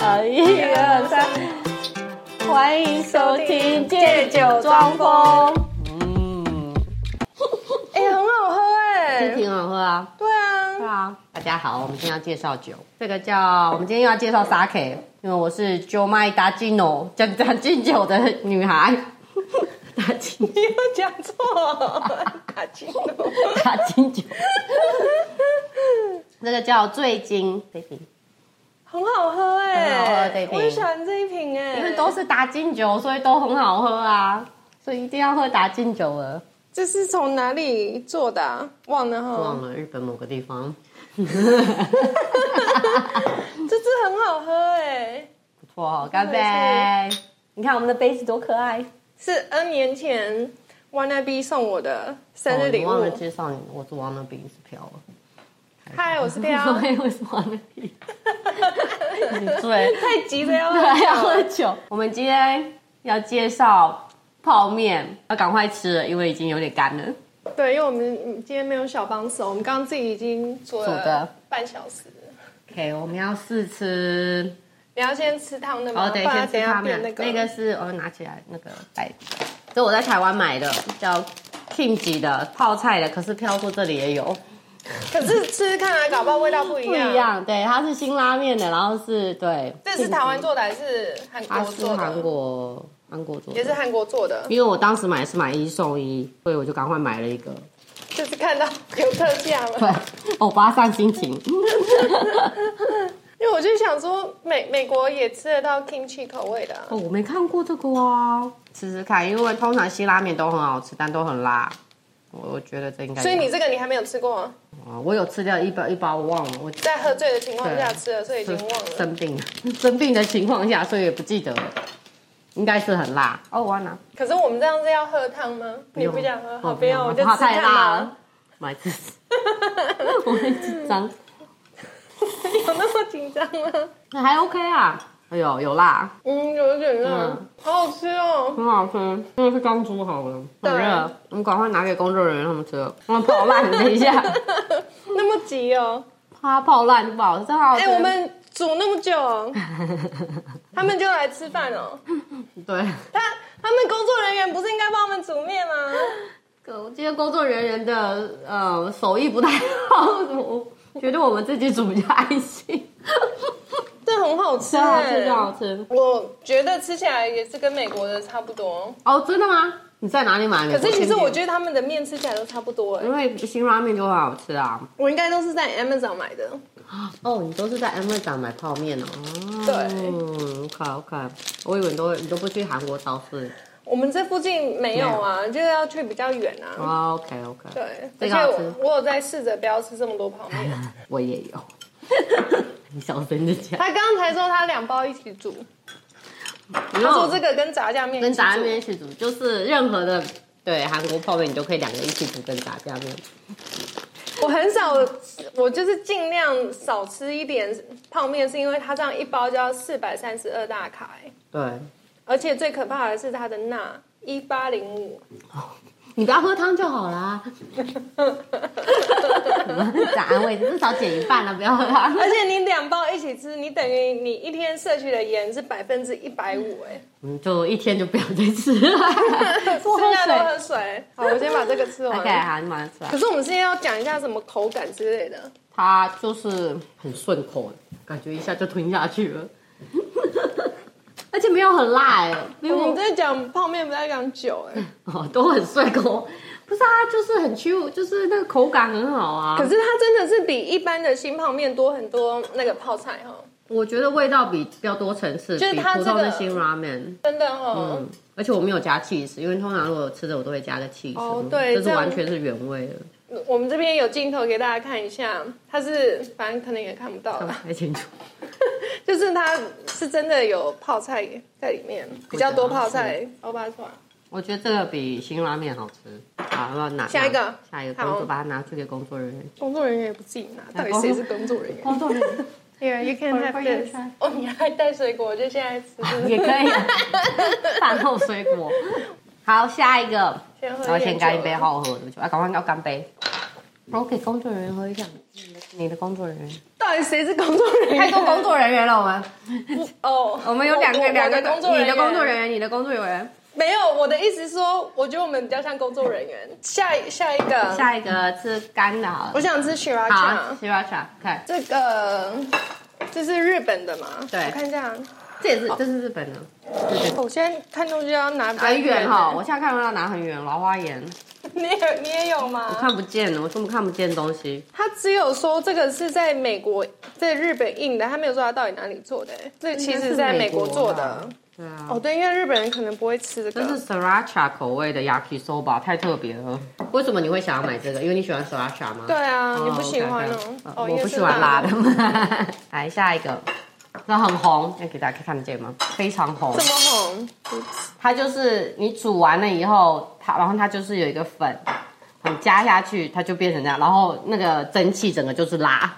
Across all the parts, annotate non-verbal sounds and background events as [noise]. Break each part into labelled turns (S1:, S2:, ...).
S1: 哎欢迎收听《借酒装疯》。
S2: 哎、很好喝哎、
S1: 这挺好喝啊。
S2: 对啊，
S1: 对啊，大家好，我们今天要介绍酒，这个叫我们今天又要介绍 sake，因为我是 j o m a i d a j i n o 讲讲敬酒的女孩。打金
S2: 你又讲错，卡金诺。
S1: 打金酒，这个叫醉金醉金，
S2: [laughs] 很好喝哎、
S1: 很好喝这一瓶
S2: 我也喜欢这一瓶哎、
S1: 因为都是打金酒，所以都很好喝啊，所以一定要喝打金酒了。
S2: 这是从哪里做的、啊？忘了哈
S1: 忘，了日本某个地方，
S2: 这支很好喝哎、
S1: 不错哦，干杯！你看我们的杯子多可爱。
S2: 是 N 年前 Wanna Be 送我的生
S1: 哦
S2: 日
S1: 你
S2: 礼物
S1: 忘。了介绍你，我是王那比是飘了。
S2: 嗨、我是
S1: 对啊
S2: 彪， [laughs]
S1: 我是王那比。你醉，
S2: 太急着要喝
S1: [laughs] 对，要
S2: 酒
S1: 喝
S2: 了。
S1: 酒。我们今天要介绍泡面，要赶快吃了，因为已经有点干了。
S2: 对，因为我们今天没有小帮手，我们刚刚自己已经做
S1: 做的
S2: 了半小时。
S1: OK，我们要试吃。
S2: 你要先吃汤的吗？
S1: 哦，对，
S2: 不
S1: 先
S2: 然等
S1: 吃
S2: 一下
S1: 泡面
S2: 变。那个
S1: 那个是我拿起来那个袋子，这我在台湾买的，叫 Kimchi 的泡菜的，可是飘过这里也有。
S2: 可是吃吃看啊，搞不好味道不一
S1: 不
S2: 样。
S1: 一样，对，它是辛拉面的，然后是对，
S2: 这是台湾做的还是韩
S1: 它
S2: 国
S1: 是
S2: 做的？
S1: 韩国韩国做
S2: 也
S1: 的，
S2: 是韩国做的，
S1: 因为我当时买是买一送一，所以我就赶快买了一个， [laughs]
S2: 就是看到有特价了。
S1: 对，欧巴上心情，
S2: 因为我就想说美美国也吃得到 kimchi 口味的啊、
S1: 哦，我没看过这个啊，试试看，因为通常辛拉面都很好吃，但都很辣，我我觉得这应该有，
S2: 所以你这个你还没有吃过，啊
S1: 哦我有吃掉一包一包，我忘了，我
S2: 在喝醉的情况下吃了，所以已经
S1: 是
S2: 忘了。
S1: 生病了， [laughs] 生病的情况下，所以也不记得了，应该是很辣哦，我要拿。
S2: 可是我们这样子要喝汤吗？你不想喝，好，不要，我就吃
S1: 怕哦太
S2: 看
S1: 辣
S2: 吧。
S1: 了，买自己， [laughs] 我
S2: [laughs]
S1: 很紧张。
S2: 有那么紧张吗？
S1: 那还 OK 啊，哎呦，有辣，
S2: 嗯，有点辣，
S1: 嗯
S2: 好好吃
S1: [laughs]
S2: 哦。[laughs]
S1: 很好吃，真的是刚煮好的，
S2: 对
S1: 很热，我们赶快拿给工作人员他们吃了，他们泡烂，等一下，
S2: 那么急哦，
S1: 怕它泡烂就不好吃，真好
S2: 哎、
S1: 吃。
S2: 我们煮那
S1: [laughs]
S2: 么久哦，他们就来吃饭哦。
S1: 对，
S2: 他他们工作人员不是应该帮我们煮面吗？
S1: 我今天工作人员的呃手艺不太好，我觉得我们自己煮比较安心，
S2: 这很好吃、
S1: 真好吃，
S2: 欸，
S1: 真好吃。
S2: 我觉得吃起来也是跟美国的差不多，
S1: 哦，真的吗？你在哪里买？
S2: 可是其实我觉
S1: 得，
S2: 得他们的面吃起来都差不多、欸。
S1: 因为辛拉面就很好吃啊。
S2: 我应该都是在 Amazon 买的，
S1: 哦，你都是在 M 展买泡面哦。
S2: 对
S1: 嗯，OK OK，我以为你都你都不去韩国超市。
S2: 我们这附近没有啊，就是要去比较远啊。
S1: 哦、OK OK，
S2: 对，
S1: 这个
S2: 而且
S1: 好
S2: 我我有在试着不要吃这么多泡面。
S1: [laughs] 我也有。你小声的讲。
S2: 他刚才说他两包一起煮，
S1: 然
S2: 他
S1: 后
S2: 说这个跟炸酱面
S1: 嗯
S2: 一
S1: 跟
S2: 起煮
S1: 炸酱面一起煮，就是任何的对韩国泡面，你都可以两个一起煮跟炸酱面。
S2: 我很少，我就是尽量少吃一点泡面，是因为它这样一包就要四百三十二大卡、欸
S1: 对，
S2: 而且最可怕的是它的钠一八零五，
S1: 你不要喝汤就好 [laughs] 啦。咋安慰？至少减一半了，不 [laughs] 要喝汤。
S2: 而且你两包一起吃，你等于你一天摄取的盐是百分之一百五， [laughs] 哎，
S1: 嗯，就一天就不要再吃了。多
S2: 剩
S1: 喝
S2: 下
S1: 水
S2: 都。喝水。好，我先把这个吃
S1: OK，
S2: 完。
S1: 好，你马上吃啊完
S2: 可。是我们现在要讲一下什么口感之类的，
S1: 它就是很顺口，感觉一下就吞下去了， [laughs] 而且没有很辣哎、没
S2: 我们
S1: 有
S2: 在讲泡面，不在讲酒，哎，
S1: 哦， [laughs] 都很顺口。不是啊，就是很 Q，就是那个口感很好啊
S2: 可。是它真的是比一般的新泡面多很多那个泡菜哈，
S1: 我觉得味道比比较多层次，
S2: 就是
S1: 比
S2: 它
S1: 普
S2: 这
S1: 通
S2: 个哦
S1: 的新 ramen。
S2: 真的哈
S1: 嗯。，而且我没有加 cheese，因为通常如果有吃的我都会加个 cheese。
S2: 哦对
S1: 这
S2: 这
S1: 是
S2: 样
S1: 完全是原味的，
S2: 我们这边有镜头给大家看一下，它是反正可能也看不到
S1: 看不
S2: 啦，
S1: 太清
S2: [laughs]
S1: 楚。
S2: 就是它是真的有泡菜在里面，比较多泡菜。欧巴说，
S1: 我觉得这个比新拉面好吃。好，要拿
S2: 下一个
S1: 拿下一个
S2: 好
S1: 工作，把它拿去给工作人员。 [laughs]
S2: 工作人员也不自己拿，
S1: 哦
S2: 到底谁是工作人员
S1: 工作人员。
S2: [laughs] ？Here you can have this。哦， [laughs] 你还带水果，我就现在吃。
S1: 也可以，啊饭后水果。好，下一个，
S2: 先喝
S1: 然后 [laughs]
S2: 点
S1: 先
S2: 酒
S1: 干一杯好好喝的酒，啊，赶快要干杯。我给工作人员喝一下，你的工作人员
S2: 到到底谁是工作人员？
S1: 太多工作人员了，我们
S2: 哦，
S1: 我们有两
S2: 我
S1: 个两个
S2: 我的工作人
S1: 你
S2: 员，
S1: 的工作人员，你的工作人员。
S2: 没有。我的意思是说，我觉得我们比较像工作人员。下一下一个，
S1: 下一个吃干的好
S2: 我
S1: 了，
S2: 想吃 Shiracha，
S1: 好 s h i 看，
S2: 这个这是日本的嘛？
S1: 对
S2: 我看一下。
S1: 这也是这是日本的，对对，
S2: 我现在看东西要拿比较
S1: 很远
S2: [laughs]
S1: 哈，
S2: 的
S1: 我现在看到要拿很远，老花眼，
S2: 你也你也有
S1: 我
S2: 吗？
S1: 看不见了，我根本看不见东西。
S2: 他只有说这个是在美国，在日本印的，他没有说他到底哪里做的、欸。这其实在美国做的。
S1: 对啊，
S2: 哦，对，因为日本人可能不会吃这
S1: 这
S2: 个
S1: 是。sriracha 口味的 yakisoba，太特别了。为什么你会想要买这个？因为你喜欢 sriracha 吗？
S2: 对啊，你不
S1: 哦
S2: 喜欢
S1: OK，OK
S2: 哦？
S1: 呃
S2: 哦，
S1: 我
S2: 因
S1: 不
S2: 为
S1: 喜
S2: 是
S1: 欢辣
S2: 辣
S1: 的。 [laughs] 来下一个，这很红，要给大家看得见吗？非常红
S2: 这。么红，
S1: 它就是你煮完了以后，它然后它就是有一个粉，你加下去，它就变成这样，然后那个蒸汽整个就是辣，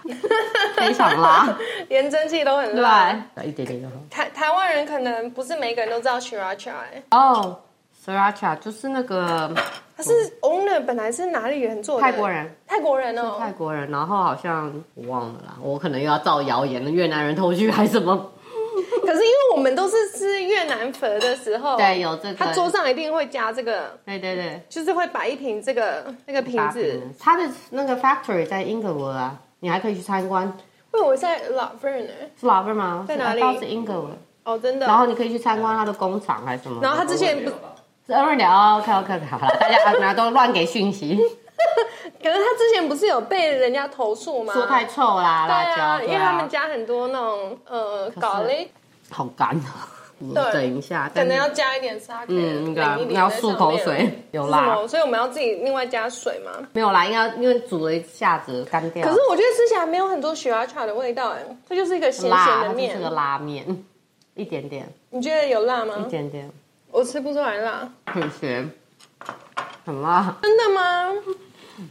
S1: 非常辣，
S2: [laughs] 连蒸汽都很
S1: 对
S2: 辣。，
S1: 一点点就好。
S2: 台台湾人可能不是每个人都知道 Shiracha，、欸、
S1: 哦、s r i r a c h a 就是那个
S2: 他是 owner 本来是哪里人做
S1: 嗯
S2: 的？
S1: 泰国人。
S2: 泰国人哦，
S1: 泰国人，然后好像我忘了啦，我可能又要造谣言了，越南人偷去还是什么？
S2: 哦可是因为我们都是吃越南粉的时候，
S1: 对，，有这个。
S2: 他桌上一定会加这个，
S1: 对对对，
S2: 就是会摆一瓶这个那个瓶
S1: 八
S2: 子。
S1: 平他的那个 factory 在英格 d 啊，你还可以去参观，
S2: 喂，我在 La v e r n
S1: 是 l a v e r 吗？
S2: 在哪里
S1: 是啊倒是英格 d
S2: 哦，真的。
S1: 然后你可以去参观他的工厂还是什么？
S2: 然后他之前不，
S1: 是 a r n 哦，OK OK，好了，大家大家都乱给讯
S2: [laughs]
S1: 息，
S2: 可是他之前不是有被人家投诉吗？
S1: 说太臭啦，
S2: 对
S1: 辣椒，
S2: 啊，因
S1: 对
S2: 为
S1: 啊
S2: 他们加很多那种呃
S1: 是
S2: 搞嘞，
S1: 好干啊，你等一下，
S2: 可
S1: 但是
S2: 能要加一点沙克，
S1: 嗯，应该
S2: 淋一
S1: 你
S2: 点
S1: 要
S2: 在
S1: 漱
S2: 上
S1: 口
S2: 面
S1: 水，有
S2: 是
S1: 辣，
S2: 吗？所以我们要自己另外加水嘛。
S1: 没有啦，应该因为煮了一下子干掉。
S2: 可是我觉得吃起来没有很多雪花茶的味道，哎，它就是一个咸咸
S1: 辣，
S2: 的
S1: 它就是
S2: 面。
S1: 个拉面，一点点，
S2: 你觉得有辣
S1: 一
S2: 吗？
S1: 点点，
S2: 我吃不出来辣，
S1: 很咸，很辣。
S2: 真的吗？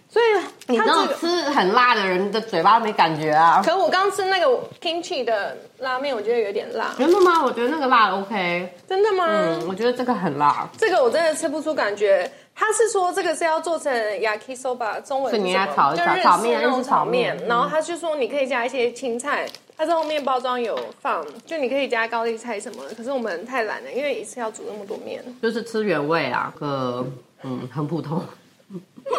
S2: 所以
S1: 你
S2: 它
S1: 这
S2: 这
S1: 种
S2: 个，
S1: 吃很辣的人的嘴巴没感觉啊？
S2: 可我刚吃那个 kimchi 的拉面，我觉得有点辣，
S1: 真的吗？我觉得那个辣 OK，
S2: 真的吗？
S1: 嗯，我觉得这个很辣，
S2: 这个我真的吃不出感觉。他是说这个是要做成 yakisoba，中文是
S1: 所以你
S2: 什么
S1: 要炒一
S2: 就
S1: 炒
S2: 日
S1: 炒面嗯
S2: 式那
S1: 日
S2: 种
S1: 式炒
S2: 炒面。
S1: 面
S2: 然后他就说你可以加一些青菜，它在后面包装有放，就你可以加高丽菜什么的。可是我们太懒了，因为一次要煮那么多面。
S1: 就是吃原味啊，个嗯，很普通。 [laughs]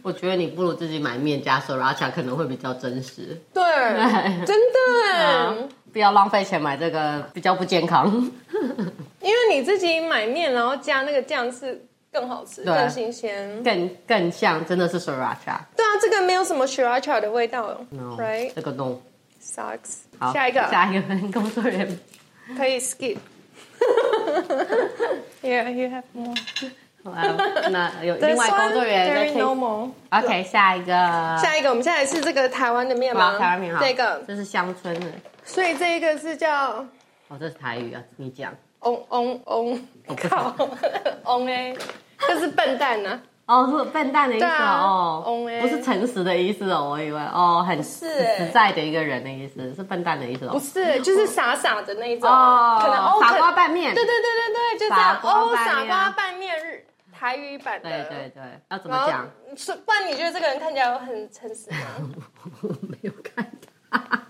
S1: 我觉得你不如自己买面加 sriracha 可能会比较真实，
S2: 对，真
S1: [laughs]
S2: 的哎，
S1: 不要浪费钱买这个比较不健康。
S2: 因为你自己买面，然后加那个酱是更好吃、
S1: 对
S2: 更新鲜。
S1: 更更像真的是 sriracha。
S2: 对啊，这个没有什么 sriracha 的味道
S1: No，
S2: ，right
S1: 这个 no。
S2: sucks。
S1: 好，
S2: 下一个，
S1: 下一个工作人员。
S2: 可以 skip。yeah, you have more.
S1: 好啊那 [laughs] 有另外工作人
S2: Very
S1: 员在 take。
S2: normal.
S1: OK，下一个。
S2: 下一个，我们现在是这个台湾的面吗？
S1: 好，台湾名好。
S2: 这个，
S1: 这是乡村的。
S2: 所以这一个是叫
S1: 哦，这是台语啊，你讲。
S2: 翁翁
S1: [laughs]
S2: 翁，靠翁哎，这是笨蛋啊呢、
S1: 哦，是笨蛋的意思
S2: 对啊
S1: 哦，
S2: 翁欸
S1: 不是诚实的意思哦，我以为哦，很
S2: 是欸
S1: 实在的一个人的意思，是笨蛋的意思
S2: 不
S1: 哦。
S2: 是，欸就是傻傻的那一种，
S1: 哦，
S2: 可能哦，
S1: 傻瓜
S2: 可
S1: 拌面。
S2: 对对对对对，就这
S1: 傻，
S2: 样
S1: 瓜
S2: 哦，
S1: 拌面啊
S2: 傻瓜拌面日台语版的，
S1: 对对对，要怎
S2: 然
S1: 么
S2: 后
S1: 讲？
S2: 是，不然你觉得这个人看起来很诚实吗？
S1: [laughs] 我没有看他，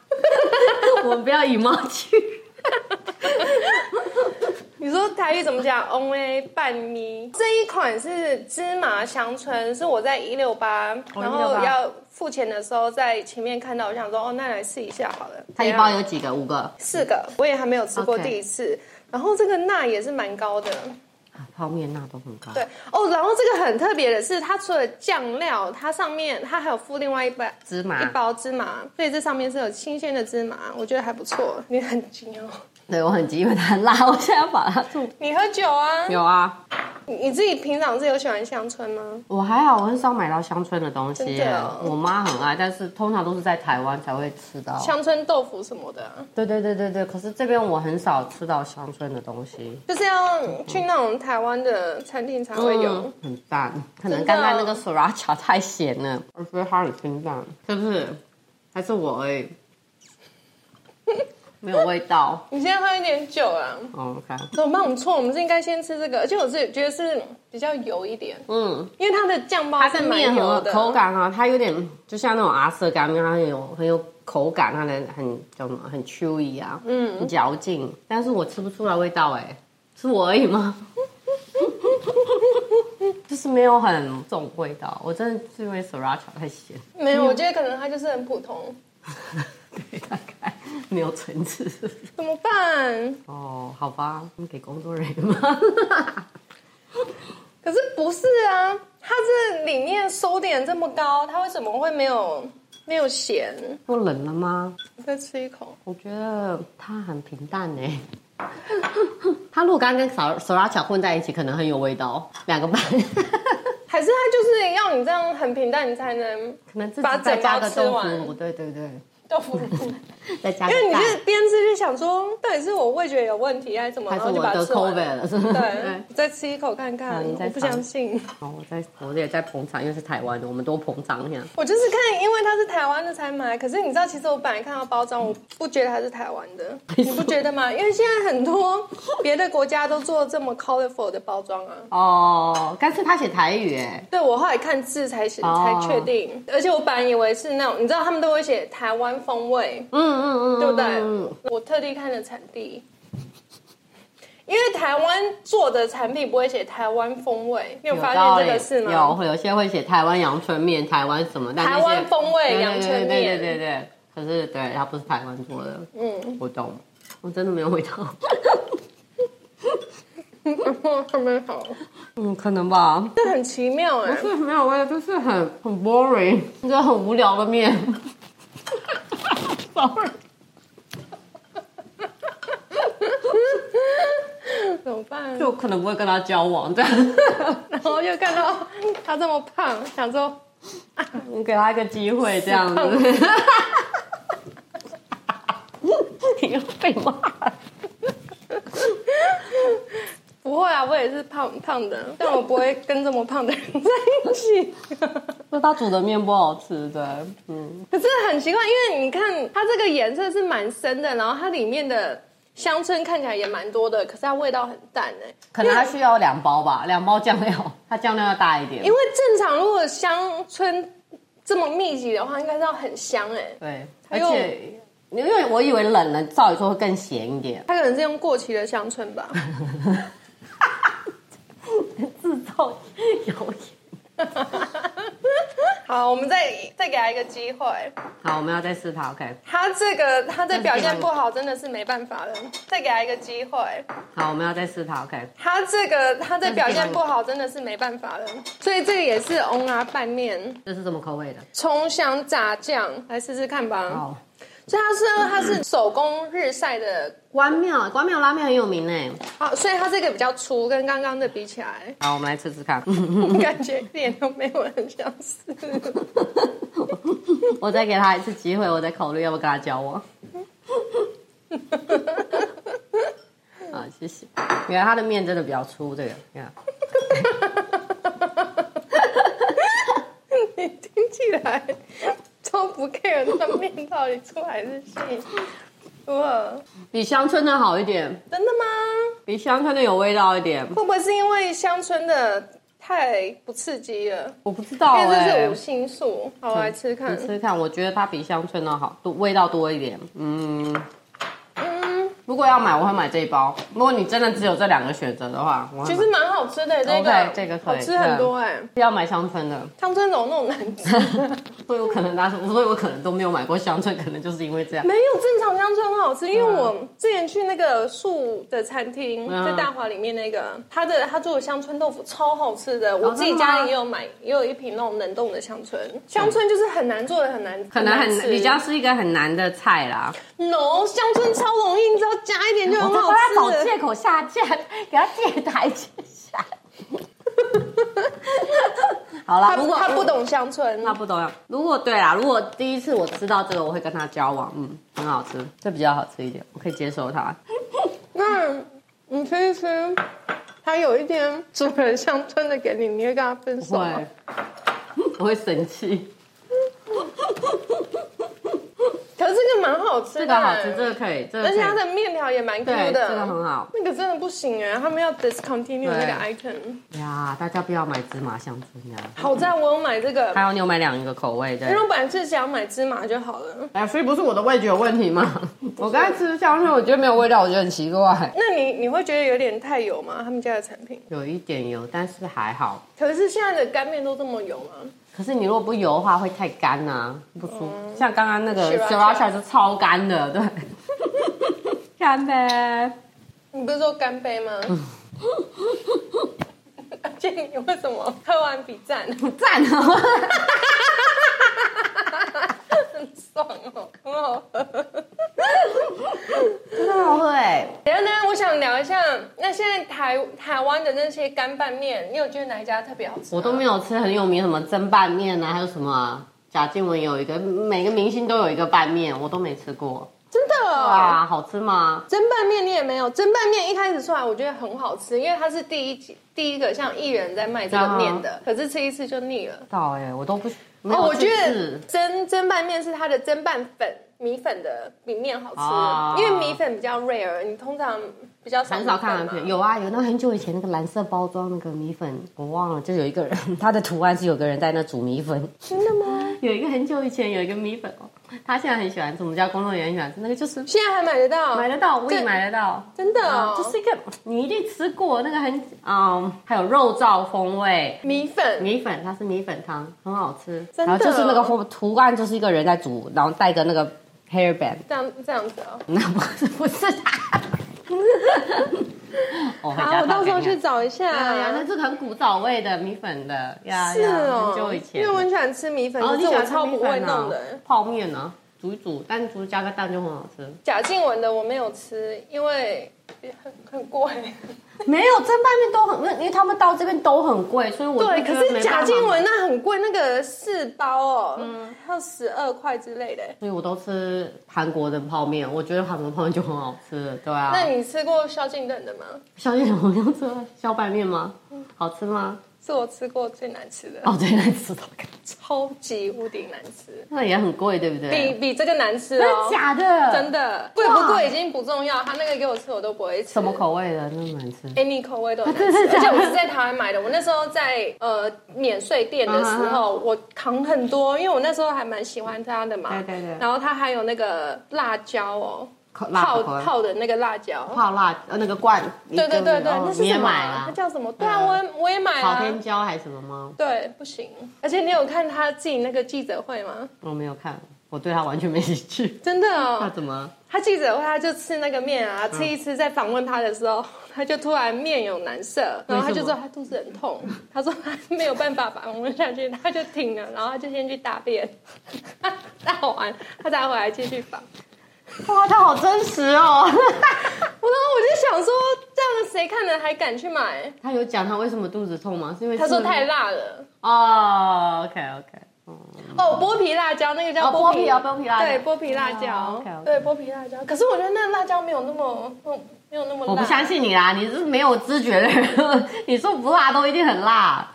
S1: 我们不要以貌取人。
S2: 你说台语怎么讲？Only 半咪这一款是芝麻香椿，是我在哦一六八，然后
S1: 168
S2: 要付钱的时候在前面看到，我想说哦，那来试一下好了。哎
S1: 它一包有几个？五个。
S2: 四个，我也还没有吃过
S1: OK
S2: 第一次。然后这个钠也是蛮高的，
S1: 啊泡面钠都很高。
S2: 对哦。然后这个很特别的是，它除了酱料，它上面它还有附另外一包
S1: 芝麻
S2: 一包芝麻，所以这上面是有新鲜的芝麻，我觉得还不错。你很惊哦，
S1: 对我很急，因为它很辣，我现在把它吐。
S2: 你喝酒啊？
S1: 有
S2: [laughs]
S1: 啊，
S2: 你你自己平常是有喜欢香椿吗？
S1: 我还好，我很少买到乡村的东西
S2: 真
S1: 耶
S2: 的哦。
S1: 我妈很爱，但是通常都是在台湾才会吃到。
S2: 乡村豆腐什么的啊、
S1: 对对对对对，可是这边我很少吃到乡村的东西。
S2: 就是要去那种台湾的餐厅才会有。
S1: 嗯，很淡，可能
S2: 真的
S1: 刚
S2: 哦
S1: 才那个 sriracha 太咸了，我
S2: [laughs]
S1: 觉得它很清淡，是不是？还是我而已。没有味道。
S2: 你现在喝一点酒啊？
S1: 嗯，OK，
S2: 怎么办？我们错，我们是应该先吃这个，而且我自己觉得是比较油一点，
S1: 嗯，
S2: 因为它的酱包
S1: 它
S2: 是
S1: 的
S2: 蛮
S1: 面
S2: 油
S1: 和
S2: 的
S1: 口。感啊，它有点就像那种阿瑟干面，它很有很有口感，它的很叫什么很 chewy 啊，嗯，很嚼劲。但是我吃不出来味道、哎，是我而已吗？ [laughs] 就是没有很重味道，我真的是因为 sriracha 太咸，
S2: 没有，
S1: 嗯
S2: 我觉得可能它就是很普通。
S1: 对，大概没有层次。
S2: 怎么办？
S1: 哦，好吧，你给工作人员吗？ [laughs]
S2: 可是不是啊？它这里面收点这么高，它为什么会没有没有咸？
S1: 我冷了吗？
S2: 再吃一口，
S1: 我觉得它很平淡呢、 [laughs] 它如果刚刚跟手手拉巧混在一起，可能很有味道。两个半， [laughs]
S2: 还是它就是要你这样很平淡，你才能
S1: 可能自己
S2: 把整
S1: 再加个
S2: 包吃
S1: 豆腐
S2: 完
S1: 乳，对对对，
S2: 豆腐
S1: [laughs]
S2: 乳？
S1: 再加
S2: 因
S1: 个
S2: 为你
S1: 蛋，
S2: 是边吃就想说，到底是我味觉有问题还是怎么，
S1: 还
S2: 然
S1: 是
S2: 后就
S1: 我
S2: 把它
S1: 得
S2: 吃完
S1: COVID
S2: [laughs]
S1: 了，是 [laughs] 不是？
S2: 对，再吃一口看看，
S1: 好你再
S2: 我不
S1: 尝
S2: 相信。
S1: 好，哦我在我也在捧场，因为是台湾的，我们多捧场一下。
S2: 我就是看，因为它是台湾的才买。可是你知道，其实我本来看到包装，我不觉得它是台湾
S1: [laughs]
S2: 的，你不觉得吗？因为现在很多别的国家都做这么 colorful 的包装啊。
S1: 哦，但是他写台语哎，
S2: 对，我后来看字才是
S1: 哦
S2: 才确定，而且我本来以为是那种，你知道他们都会写台湾风味，
S1: 嗯嗯嗯，
S2: 对不对？
S1: 嗯嗯
S2: 我特地看了产地，因为台湾做的产品不会写台湾风味，你有发
S1: 道
S2: 现
S1: 理
S2: 这个事吗？ [laughs]
S1: 有，会有些会写台湾阳春面、台湾什么，但那
S2: 台
S1: 些
S2: 湾风味
S1: 对
S2: 阳春
S1: 对对对
S2: 面，
S1: 对对对。可是对，它不是台湾做的，
S2: 嗯，
S1: 我懂，我真的没有味道。 [laughs]
S2: 还蛮好，
S1: 嗯，可能吧，
S2: 这很奇妙
S1: [laughs]
S2: 哎、
S1: 不是没有味道，就是很很 boring，一个很无聊的面。Sorry，
S2: 怎么办？
S1: 就可能不会跟他交往这样。 [laughs]
S2: 然后又看到他这么胖，想说
S1: 你给他一个机会这样子。 [laughs] 你又被骂，
S2: 不会啊，我也是胖胖的，但我不会跟这么胖的人在一起。 [laughs]
S1: 那他煮的面不好吃，对，嗯，
S2: 可是很奇怪，因为你看它这个颜色是蛮深的，然后它里面的香椿看起来也蛮多的，可是它味道很淡哎、
S1: 可能他需要两包吧，两包酱料，他酱料要大一点
S2: 因。为正常如果香椿这么密集的话，应该是要很香哎、
S1: 对，
S2: 还
S1: 而
S2: 有
S1: 且因为我以为冷了，照理说会更咸一点，
S2: 它可能是用过期的香椿吧。
S1: [laughs] 制造谣言。
S2: 好，我们再再给他一个机会。
S1: 好，我们要再试它，OK。
S2: 他这个他这表现不好，真的是没办法了。再给他一个机会。
S1: 好，我们要再试它，OK。
S2: 他这个他这表现不好，真的是没办法了。所以这个也是翁啊拌面，
S1: 这是什么口味的？
S2: 葱香炸酱，来试试看吧。
S1: 哦，
S2: 所以它是它是手工日晒的，
S1: 关庙，关庙拉面很有名呢。
S2: 好，所以它这个比较粗，跟刚刚的比起来，
S1: 好，我们来吃吃看。 [laughs]
S2: [laughs] 感觉一点都没有很相似。
S1: 我再给他一次机会，我再考虑要不要跟他交往。 [laughs] 好，谢谢。原来他的面真的比较粗，这个你看，
S2: 你听起来都不 care 那面到底粗还是细。哇，
S1: 比乡村的好一点，
S2: 真的吗？
S1: 比乡村的有味道一点。
S2: 会不会是因为乡村的太不刺激了？
S1: 我不知道
S2: 因为
S1: 哎、
S2: 这是
S1: 欸
S2: 五，星素，好我来吃吃看
S1: 你。吃看，我觉得它比乡村的好，多味道多一点。嗯，
S2: 嗯，
S1: 如果要买，我会买这一包。如果你真的只有这两个选择的话，我会
S2: 其
S1: 买
S2: 实蛮好吃的，这个
S1: OK，这个可
S2: 好
S1: 以
S2: 吃很多哎、
S1: 要买乡村的，
S2: 乡村怎么那么难吃？
S1: 所以我可能当时，所以我可能都没有买过乡村，可能就是因为这样。
S2: 没有正常乡村很好吃，因为我之前去那个树的餐厅，
S1: 啊嗯
S2: 在大华里面那个，他的他做的乡村豆腐超好吃的，我自己
S1: 哦真的吗
S2: 家里也有买，也有一瓶那种冷冻的乡村。乡村就是很难做的，很难，
S1: 可能
S2: 难
S1: 很
S2: 吃
S1: 比较是一个很难的菜啦，
S2: no，乡村超容易，你只要加一点就很好吃。
S1: 口下架，给他借台阶下。好啦，
S2: 他
S1: 如果
S2: 他不，懂乡村，
S1: 那不懂呀。如果对啦，如果第一次我吃到这个，我会跟他交往，嗯，很好吃，这比较好吃一点，我可以接受它。
S2: 那嗯你吃一吃，他有一天煮了乡村的给你，你会跟他分手吗
S1: [laughs] 会？，我会生气。
S2: 可是这个蛮好吃
S1: 这
S2: 的，
S1: 个好吃，这个可以，这个
S2: 而
S1: 可以
S2: 且它的面条也蛮 Q
S1: 对，
S2: 的，
S1: 这个很好
S2: 那个真的不行哎，他们要 discontinue 那
S1: 对
S2: 个 icon。
S1: 呀。大家不要买芝麻香椿呀。
S2: 好在我有买这个
S1: 还，有牛买两个口味，对
S2: 因为。我本来是想买芝麻就好了。
S1: 哎呀，所以不是我的味觉有问题吗？ [laughs] 我刚才吃香椿，我觉得没有味道，我觉得很奇怪。
S2: 那你你会觉得有点太油吗？他们家的产品？
S1: 有一点油，但是还好。
S2: 可是现在的干面都这么油吗？
S1: 可是你如果不油的话，会太干呐、啊不舒服。像刚刚那个
S2: Sriracha
S1: s r a c h a 哦是超干的，对。干呗！
S2: 你不是说干杯吗？而且你为什么喝完比赞？
S1: 赞哦！
S2: 很爽哦，很好喝。
S1: [laughs] 真的好喝哎！
S2: 然后呢，我想聊一下，那现在台台湾的那些干拌面，你有觉得哪一家特别好吃？啊
S1: 我都没有吃很有名什么蒸拌面啊，还有什么啊贾静雯有一个，每个明星都有一个拌面，我都没吃过。
S2: 真的
S1: 哦
S2: 啊。
S1: 哇，好吃吗？
S2: 蒸拌面你也没有，蒸拌面一开始出来我觉得很好吃，因为它是第一集第一个像艺人在卖这个面的，可是吃一次就腻了。
S1: 到哎、我都不啊没
S2: 哦，
S1: 有
S2: 我
S1: 去
S2: 觉
S1: 试
S2: 得。蒸蒸拌面是它的蒸拌粉米粉的比面好吃，
S1: 哦
S2: 因为米粉比较 rare，你通常比较少
S1: 很少看到
S2: 米粉嘛
S1: 片，有啊，有那很久以前那个蓝色包装那个米粉，我忘了，就有一个人，他的图案是有个人在那煮米粉。
S2: 真的吗？
S1: [laughs] 有一个很久以前有一个米粉哦，他现在很喜欢吃，我们家工作人员很喜欢吃，那个就是
S2: 现在还买得到，
S1: 买得到，我也
S2: 这
S1: 买得到。
S2: 真的
S1: 啊
S2: 哦，，
S1: 就是一个你一定吃过那个很嗯，还有肉燥风味
S2: 米粉。
S1: 米粉，它是米粉汤，很好吃。
S2: 真的
S1: 然后就是那个图图案，就是一个人在煮，然后戴个那个 hairband， [laughs]
S2: 这样这样子哦，
S1: 那不是不是 [laughs] 他。我回
S2: 好，
S1: 家
S2: 我到时候
S1: 看看
S2: 去找一下。
S1: 对啊呀，那是很古早味的米粉的呀，
S2: 是
S1: 呀
S2: 哦，
S1: 很久以前哦
S2: 因为。我很喜欢吃米粉，可
S1: 你
S2: 是
S1: 喜
S2: 我
S1: 欢吃
S2: 超不
S1: 米
S2: 会
S1: 粉啊
S2: 弄的。
S1: 泡面呢，煮一煮，但煮加个蛋就很好吃。
S2: 贾静雯的我没有吃，因为很很贵。
S1: 没有蒸拌面都很，因为他们到这边都很贵，所以我
S2: 对，
S1: 就觉
S2: 可
S1: 得
S2: 是
S1: 没办法
S2: 贾静雯那很贵，那个四包哦，要十二块之类的。
S1: 所以我都吃韩国的泡面，我觉得韩国泡面就很好吃，对啊。
S2: 那你吃过萧敬腾的吗？
S1: 小姐，我要吃小拌面吗？好吃吗？
S2: 是我吃过最难吃的，
S1: 哦，对，那吃到
S2: 超级无敌难吃，
S1: 那也很贵，对不
S2: 比
S1: 对？
S2: 比这个难
S1: 真
S2: 吃
S1: 的
S2: 哦。
S1: 假的？
S2: 真的，贵不贵已经不重要，他那个给我吃我都不会吃。
S1: 什么口味的？那么难吃。
S2: any 口味都很
S1: 啊
S2: 难
S1: 真的
S2: 吃，而且
S1: 假的
S2: 我是在台湾买的。我那时候在呃免税店
S1: 啊
S2: 的时候，我扛很多，因为我那时候还蛮喜欢它的嘛。
S1: 对对对
S2: 然后它还有那个辣椒哦，
S1: 口辣
S2: 泡
S1: 的口味
S2: 泡的那个辣椒。
S1: 泡辣呃那个罐，
S2: 对对对对，
S1: 哦
S2: 那是
S1: 你也
S2: 什么
S1: 买
S2: 啊？它
S1: 了？
S2: 叫什么？对啊，
S1: 嗯
S2: 我也我也买
S1: 朝
S2: 啊。
S1: 天椒还是什么吗？
S2: 对，不行。而且你有看他自己那个记者会吗？
S1: 我没有看，我对它完全没兴
S2: [laughs]
S1: 趣。
S2: 真的
S1: 那
S2: 哦，
S1: 怎么？
S2: 他记者会他就吃那个面
S1: 嗯
S2: 啊，吃一吃，在访问他的时候， [laughs] 他就突然面有难色，然后他
S1: 为
S2: 就说
S1: 什么
S2: 他肚子很痛，他说他没有办法访问下去，他就停了，然后他就先去大便，大完他才回来继续访。
S1: 哇，它好真实哦！ [laughs]
S2: 我然后我就想说，这样谁看了还敢去买？
S1: 他有讲他为什么肚子痛吗？是因为
S2: 他说
S1: 吃
S2: 太辣了。
S1: 哦，OK OK，
S2: 哦，剥皮辣椒那个叫
S1: 嗯哦
S2: 剥
S1: 剥皮哦剥皮辣椒
S2: 对，剥皮辣椒，
S1: 哦，OK，OK
S2: 对，剥皮辣椒。可是我觉得那辣椒没有那么，没有那么辣。
S1: 我不相信你啦，你是没有知觉的人，你说不辣都一定很辣，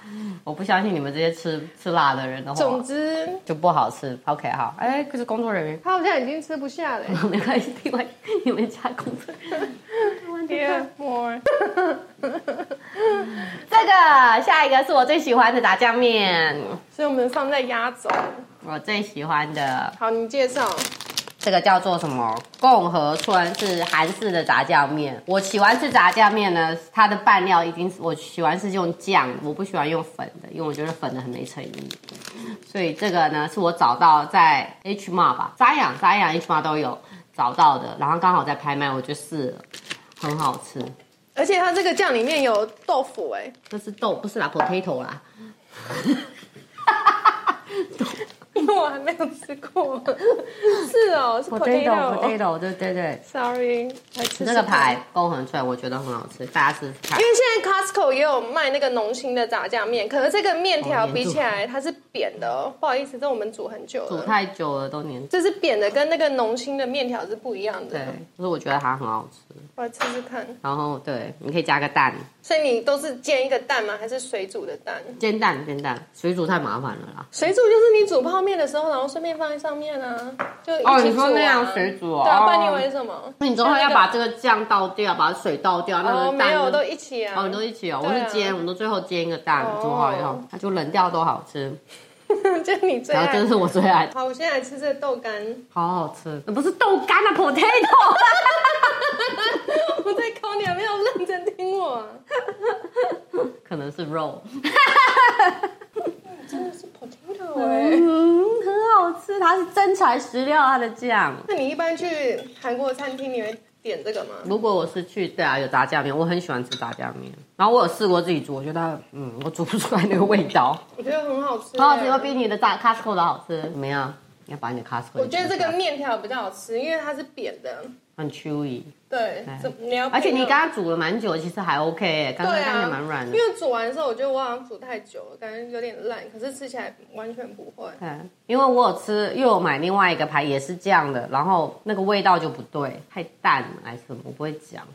S1: 我不相信你们这些吃吃辣的人的
S2: 总
S1: 话
S2: 之，
S1: 就不好吃。OK，好，哎，可是工作人员， [laughs]
S2: 他好像已经吃不下了。
S1: 没关系，另外你们家工作人员。
S2: Dear more，
S1: 这个下一个是我最喜欢的炸酱面，
S2: 所以我们放在压轴。
S1: 我最喜欢的
S2: 好，你介绍。
S1: 这个叫做什么？共和村是韩式的炸酱面。我喜欢吃炸酱面呢，它的拌料一定是我喜欢是用酱，我不喜欢用粉的，因为我觉得粉的很没诚意。所以这个呢是我找到在 H Mart 吧，扎养扎养 H Mart 都有找到的，然后刚好在拍卖，我就试了，很好吃。
S2: 而且它这个酱里面有豆腐、哎，
S1: 这是豆，不是啦，potato 啦。
S2: 因 [laughs] 为我还没有吃过。是哦，是 potato。
S1: potato，对对对，
S2: Sorry，来吃吃
S1: 这个
S2: 看
S1: 牌勾很脆，我觉得很好吃，大家试试看
S2: 因。为现在 Costco 也有卖那个浓心的炸酱面，可是这个面条比起来它是扁的哦，不好意思，这我们煮很久
S1: 煮
S2: 了，
S1: 太久了都黏。
S2: 这是扁的，跟那个浓心的面条是不一样
S1: 对
S2: 的。，
S1: 就是我觉得它很好吃。
S2: 我来吃吃看。
S1: 然后对，你可以加个蛋，
S2: 所以你都是煎一个蛋吗？还是水煮的蛋？
S1: 煎蛋煎蛋，水煮太麻烦了啦。
S2: 水煮就是你煮泡面的时候，然后顺便放在上面啊，就一起煮、啊、
S1: 哦你说那样水煮啊
S2: 对啊，
S1: 哦
S2: 不然你以为是什么？
S1: 那你之后要
S2: 像那个
S1: 把这个酱倒掉，把水倒掉，那
S2: 哦
S1: 个
S2: 没
S1: 蛋
S2: 有
S1: 就
S2: 都一起啊，
S1: 哦，你都一起哦，我
S2: 对啊
S1: 是煎，我们都最后煎一个蛋，
S2: 哦
S1: 煮好以后它就冷掉都好吃，
S2: [laughs] 这是你最
S1: 然后
S2: 爱
S1: 这。是我最爱的，
S2: 好，我现在来吃这豆干， [laughs]
S1: 好好吃，不是豆干啊，potato，
S2: 我在考你，有啊没有认真听我、啊？
S1: [laughs] 可能是肉，
S2: 真的是 potato 哎、
S1: 嗯，很好吃，它是真材实料它的酱。
S2: 那你一般去韩国餐厅，你会点这个吗？
S1: 如果我是去对啊，有炸酱面，我很喜欢吃炸酱面。然后我有试过自己煮，我觉得嗯，我煮不出来那个味道，
S2: 我觉得很好吃、欸，
S1: 很好吃，会比你的炸 Costco 的好吃。怎么样？你要把你的 Costco
S2: 我觉得这
S1: 吃
S2: 个
S1: 掉
S2: 面条比较好吃，因为它是扁的。
S1: 很 chewy，对，
S2: 对这你要配那个，
S1: 而且你刚刚煮了蛮久，其实还 OK，耶刚刚
S2: 对
S1: 看起来
S2: 啊，
S1: 蛮软的
S2: 因。为煮完的时候，我觉得我好像煮太久了，感觉有点烂，可是吃起来完全不会。
S1: 嗯，因为我有吃，又有买另外一个牌也是这样的，然后那个味道就不对，太淡了还是什么，我不会讲，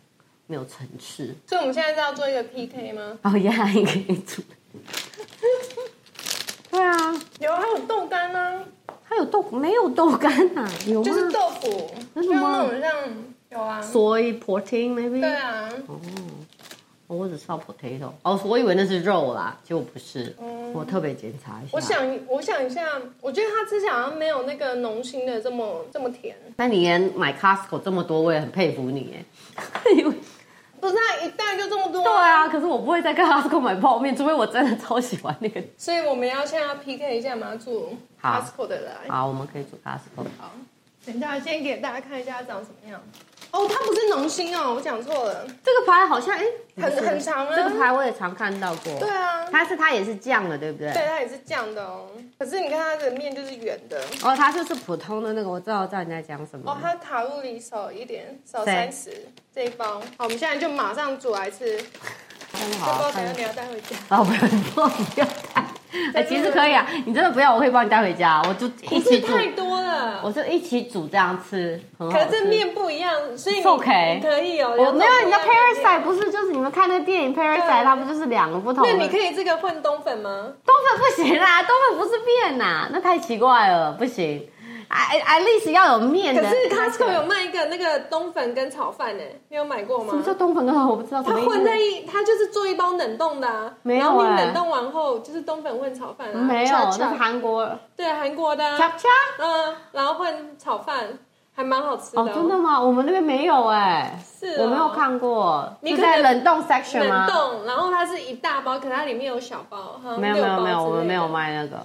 S1: 没有层次。
S2: 所以我们现在是要做一个 PK 吗？
S1: 哦，也还可以
S2: [laughs]
S1: 煮。对啊，
S2: 有，还有豆干啊，
S1: 它有豆没有豆干啊？有吗？
S2: 就是豆腐，
S1: 真
S2: 就
S1: 的
S2: 是
S1: 吗
S2: 那种像有啊，
S1: soy protein
S2: 对
S1: maybe？
S2: 啊，
S1: 哦我只知道 potato。哦，我以为那是肉啦，结果不是。
S2: 嗯
S1: 我特别检查一下。
S2: 我，想，我想一下，我觉得它吃起来好像没有那个浓心的这么这么甜。
S1: 那你连买 Costco 这么多，我也很佩服你哎。 [laughs] 因为
S2: 不是，啊它一袋就这么多。
S1: 对，啊，可是我不会在 Costco 买泡面，除非我真的超喜欢那个。
S2: 所以我们要现在要 PK 一下嘛，煮
S1: 好
S2: Costco 的来。
S1: 好，我们可以煮 Costco。
S2: 好，等一下先给大家看一下它长什么样。哦，它不是浓心哦，我讲错了。
S1: 这个牌好像哎、
S2: 很
S1: 不是
S2: 很长啊
S1: 这个牌我也常看到过。
S2: 对啊，
S1: 它是它也是酱的，对不对？
S2: 对，。它也是酱的哦。可是你看它的面就是圆的。
S1: 哦，它就是普通的那个，我知道我知道你在讲什么。
S2: 哦，它卡路里少一点，少
S1: 对
S2: 三十这一包。好，我们现在就马上煮来吃。
S1: 真的
S2: 这包
S1: 好啊
S2: 等一
S1: 看
S2: 下。你要带回家。
S1: 啊，不要不要带。哎、其实可以啊，你真的不要，我可以帮你带回家，我就一
S2: 这
S1: 起煮，
S2: 太多了。
S1: 我就一起煮这样吃，很好
S2: 可
S1: 吃。
S2: 是这面不一样，所以你
S1: It's okay
S2: 你可以哦。
S1: 我没有，你知道 Parasite
S2: 不？
S1: 不是就是你们看那个电影 Parasite，它不就是两个不同的？
S2: 那你可以这个混冬粉吗？
S1: 东粉不行 [laughs] 啦，东粉不是面呐，那太奇怪了，不行。at at least 要有面的。
S2: 可是 Costco 有卖一个那个冬粉跟炒饭呢，你有买过
S1: 什么
S2: 吗？
S1: 叫冬粉跟我不知道什
S2: 它
S1: 么意
S2: 混在
S1: 思。
S2: 一，它就是做一包冷冻的啊。
S1: 没有
S2: 然后你
S1: 欸
S2: 冷冻完后就是冬粉混炒饭啊。
S1: 没有，
S2: 恰
S1: 那
S2: 恰
S1: 是韩国
S2: 对韩国的啊，
S1: 恰恰。
S2: 嗯，然后混炒饭还蛮好吃的
S1: 哦，真的吗？我们那边没有哎，
S2: 是哦
S1: 我没有看过。是
S2: 你可能
S1: 在冷冻 section
S2: 冷
S1: 吗？
S2: 冻，然后它是一大包，可它里面有小包，好像
S1: 没有没
S2: 六
S1: 有
S2: 包
S1: 没有，
S2: 之
S1: 我们
S2: 类
S1: 没有
S2: 的。
S1: 卖那个。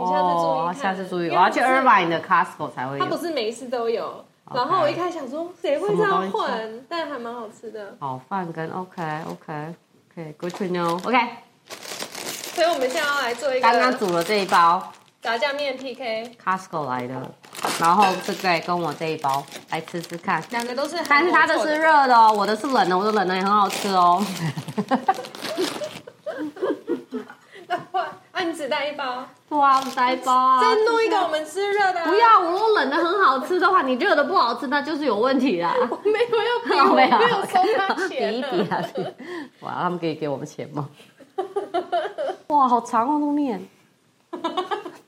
S2: 你下次注意
S1: 哦，
S2: 看
S1: 下次注意，
S2: 因
S1: 我
S2: 为
S1: 要去
S2: 它不是
S1: Irvine 的 Costco 才会
S2: 它不
S1: 有。
S2: 是每一次都有。
S1: OK
S2: 然后我一开始想说谁会这样
S1: 什么东
S2: 混，但还蛮好吃的。
S1: 好饭跟 OK OK OK，Good to know。OK，
S2: 所以我们现在要来做一
S1: 刚刚
S2: 个
S1: 煮了这一包。
S2: 炸酱面 PK，
S1: Costco 来的，然后这个跟我这一包来吃吃看。
S2: 两个都是
S1: 但
S2: 韩
S1: 是它
S2: 国做，
S1: 的是
S2: [laughs]
S1: 热的哦，我的是冷的，我的冷的也很好吃 [laughs] 哦。
S2: 哇，啊，你只带一包，
S1: 哇，塞包啊！
S2: 再弄一个我们吃热的啊。
S1: 不要，我如果冷的很好吃的话，你热的不好吃，那就是有问题啦。
S2: 我没有要比，
S1: 好 [laughs]
S2: 我
S1: 没
S2: 没
S1: [laughs] 有
S2: 有收他
S1: 比
S2: 钱
S1: [laughs] 一
S2: 呢
S1: 比
S2: [laughs]
S1: 啊！比哇，他们可以给我们钱吗？哇，好长哦，那面。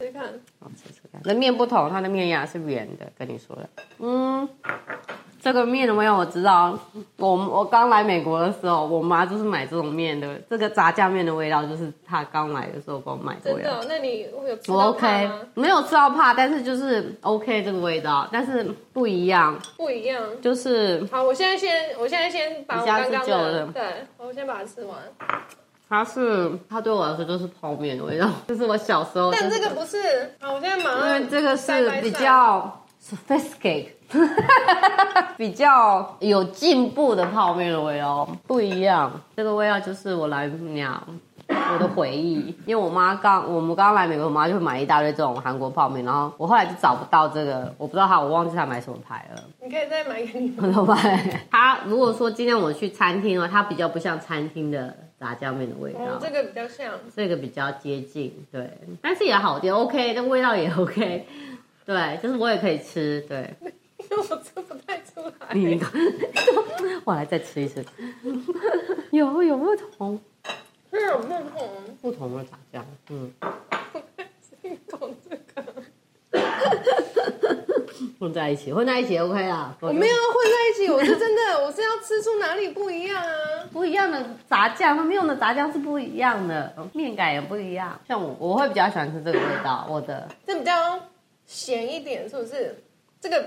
S2: 试试看，
S1: 好吃吃看，那面不同，它的面呀是圆的，跟你说的。嗯，这个面的味道我知道。我我刚来美国的时候，我妈就是买这种面的，这个炸酱面的味道就是她刚来的时候给我买的
S2: 真
S1: 味道。
S2: 的？那你会有吃
S1: 我
S2: 到
S1: OK，
S2: 怕吗？
S1: 没有吃到怕，但是就是 OK 这个味道，但是不一样，
S2: 不一样。
S1: 就是
S2: 好，我现在先，我现在先把我
S1: 你家
S2: 刚刚
S1: 自救了
S2: 的，对，我先把它吃完。
S1: 它是它对我来说就是泡面的味道，就是我小时候、就是。
S2: 但这个不是，好，我现在马
S1: 因为
S2: 上
S1: 这个
S2: 拜
S1: 是
S2: 拜
S1: 比
S2: 上
S1: 较 sophisticated，比较有进步的泡面的味道，不一样。这个味道就是我来讲我的回忆，因为我妈刚我们刚来美国，我妈就会买一大堆这种韩国泡面，然后我后来就找不到这个，我不知道她，我忘记她买什么牌了。
S2: 你可以再买给你
S1: 我都买。它如果说今天我去餐厅哦，它比较不像餐厅的炸酱面的味道。
S2: 哦，这个比较像。
S1: 这个比较接近，对，但是也好点，OK，这味道也 OK，对，就是我也可以吃，对，
S2: 因为我吃不太出 [laughs] 来。
S1: [laughs] 你你我来再吃一次，有有不同，
S2: 这种不同，
S1: 不同的炸酱，嗯，
S2: 我太心痛这个。
S1: 混在一起，混在一起 OK 啦。我
S2: 我
S1: 觉得
S2: 没有要混在一起，我是真的，我是要吃出哪里不一样啊。
S1: 不一样的炸酱，他们用的炸酱是不一样的，面感也不一样。像我，我会比较喜欢吃这个味道，我的
S2: 这比较咸一点，是不是？这个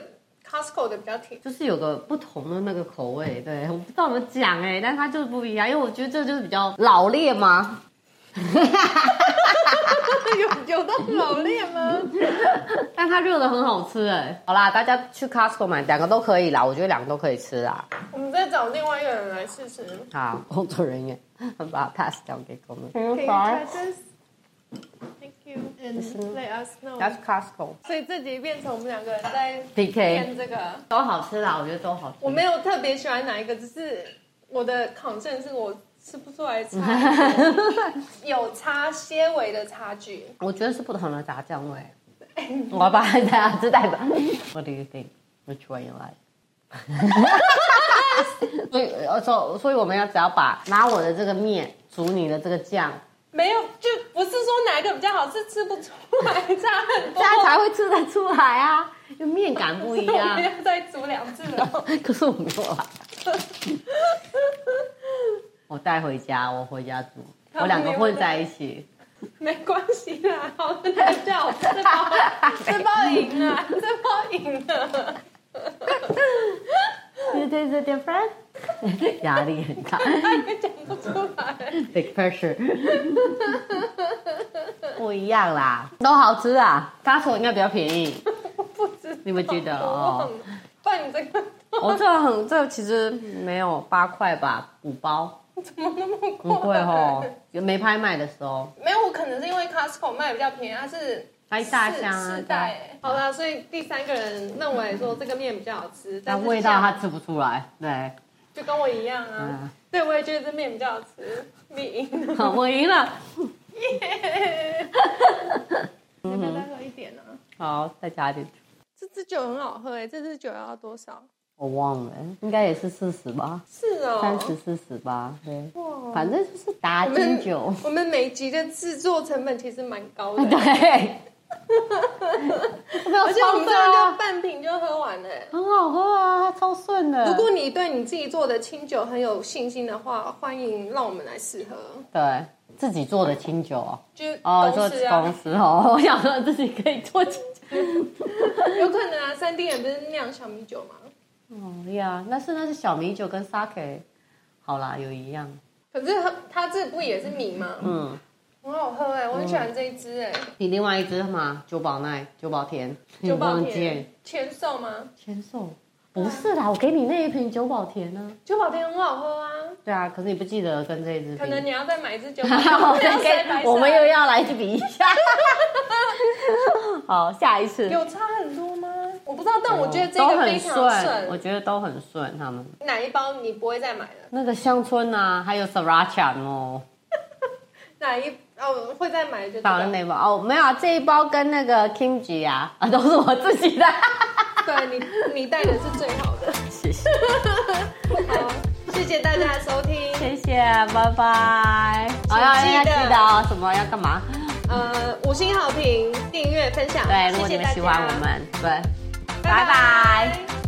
S2: Costco 的比较甜， [laughs]
S1: 就是有个不同的那个口味，对，我不知道怎么讲哎、但它就是不一样，因为我觉得这就是比较老练吗？
S2: 有有到老练吗？
S1: 但它热的很好吃哎、好啦，大家去 Costco 买两个都可以啦，我觉得两个都可以吃啦。
S2: 我们再找另外一个人来试试。
S1: 好，工作人员把 pass 交给工作人
S2: Can you try this? Thank you and let us know.
S1: 要去 Costco
S2: 所以这集变成我们两个人在
S1: PK
S2: 练这个。
S1: 都好吃啦，我觉得都好吃。
S2: 我没有特别喜欢哪一个，只是我的抗症是我吃不出来菜， [laughs] 有差些微的差距。
S1: [laughs] 我觉得是不同的炸酱味。我把大家知道吧。What do you think? Which one you like? [laughs] 所以，呃，所所以我们要只要把拿我的这个面煮你的这个酱， [laughs]
S2: 没有，就不是说哪一个比较好，是吃不出来，差
S1: 这
S2: 很多。
S1: 样才会吃得出来啊，因为面感不一
S2: 我
S1: 样
S2: 们。要再煮两次了。
S1: [laughs] 可是我没有啊，我带回家，我回家煮，
S2: 他
S1: 我
S2: 们
S1: 两个混在一起。
S2: 没关系啦，好的，那就好吃吧。这包赢了，这包赢了。
S1: It is different，压力很大。
S2: 他也讲不出来。
S1: Big pressure，不一样啦，都好吃啊。c o s 应该比较便宜，
S2: 我不知道
S1: 你们觉
S2: [laughs]
S1: 得哦
S2: 我忘了。不然你这个
S1: 我、这个很这个其实没有八块吧，五包，
S2: [laughs] 怎么那么贵？
S1: 很贵哦。有没拍卖的时候，
S2: 没有，我可能是因为 Costco 卖比较便宜，它是
S1: 它一大箱
S2: 四
S1: 啊
S2: 四，袋。好啦，所以第三个人认为说这个面比较好吃，但
S1: 但
S2: 是
S1: 味道它吃不出来，对。 [laughs]
S2: 就跟我一样啊。
S1: 嗯
S2: 对，我也觉得这面比较好吃。你赢 [laughs] 了，
S1: 好，我赢了。
S2: 你再喝一点啊。
S1: 好，再加点。
S2: 这支酒很好喝哎、这支酒要多少？
S1: 我忘了，应该也是四十吧，
S2: 是哦，
S1: 三十四十吧，对，
S2: 哇。
S1: 反正就是打金酒。
S2: 我们每集的制作成本其实蛮
S1: [laughs]
S2: 高的，
S1: 对，没有
S2: 而且我
S1: 放
S2: 们这样
S1: 的
S2: 就，半瓶就喝完了欸。
S1: 很好喝啊，它超顺的。
S2: 如果你对你自己做的清酒很有信心的话，欢迎让我们来试喝，
S1: 对自己做的清酒哦，
S2: 就是
S1: 哦，
S2: 公司
S1: 做公
S2: 啊，
S1: 司哦， [laughs] 我想说自己可以做清酒。
S2: 有可能啊，三 D 也不是酿小米酒吗？
S1: 哦呀，那是那是小米酒跟 sake，好啦，有一样。
S2: 可是它它这不也是米吗？
S1: 嗯，
S2: 很好喝哎、我很喜欢这一支哎、
S1: 你另外一只嘛，九宝奈、九宝田、
S2: 九宝
S1: 你忘记了
S2: 田啊签售吗？
S1: 签售不是啦，我给你那一瓶九宝田呢、
S2: 九宝田很好喝啊，
S1: 对啊，可是你不记得跟这一支比。
S2: 可能你要再买一支九宝
S1: [laughs]
S2: 田，
S1: 我
S2: 不要
S1: 们
S2: 塞白
S1: 跟 [laughs]
S2: 色
S1: 我们又要来比一下。 [laughs] 好，下一次。
S2: 有差很多吗？我不知道，但我觉得这个非常
S1: 嗯都很我
S2: 顺。
S1: 觉得都很顺。他们
S2: 哪一包你不会再买了？
S1: 那个乡村啊，还有 Sriracha 哦，
S2: 哪一哦会再买就知
S1: 当
S2: 道
S1: 然那包哦，没有啊，这一包跟那个 Kimchi 啊啊都是我自己
S2: [laughs]
S1: 的，
S2: 对你你带的是最好的。
S1: 谢谢，
S2: 好，谢谢大家的收听。
S1: 谢谢，拜拜。
S2: 请
S1: 哦，要
S2: 记
S1: 要
S2: 得
S1: 记得哦，什么要干嘛？
S2: 呃，五星好评、订阅、分享，
S1: 对，如
S2: 谢
S1: 果你
S2: 谢
S1: 们
S2: 大家。
S1: 喜欢我们，对，
S2: 拜
S1: 拜拜
S2: 拜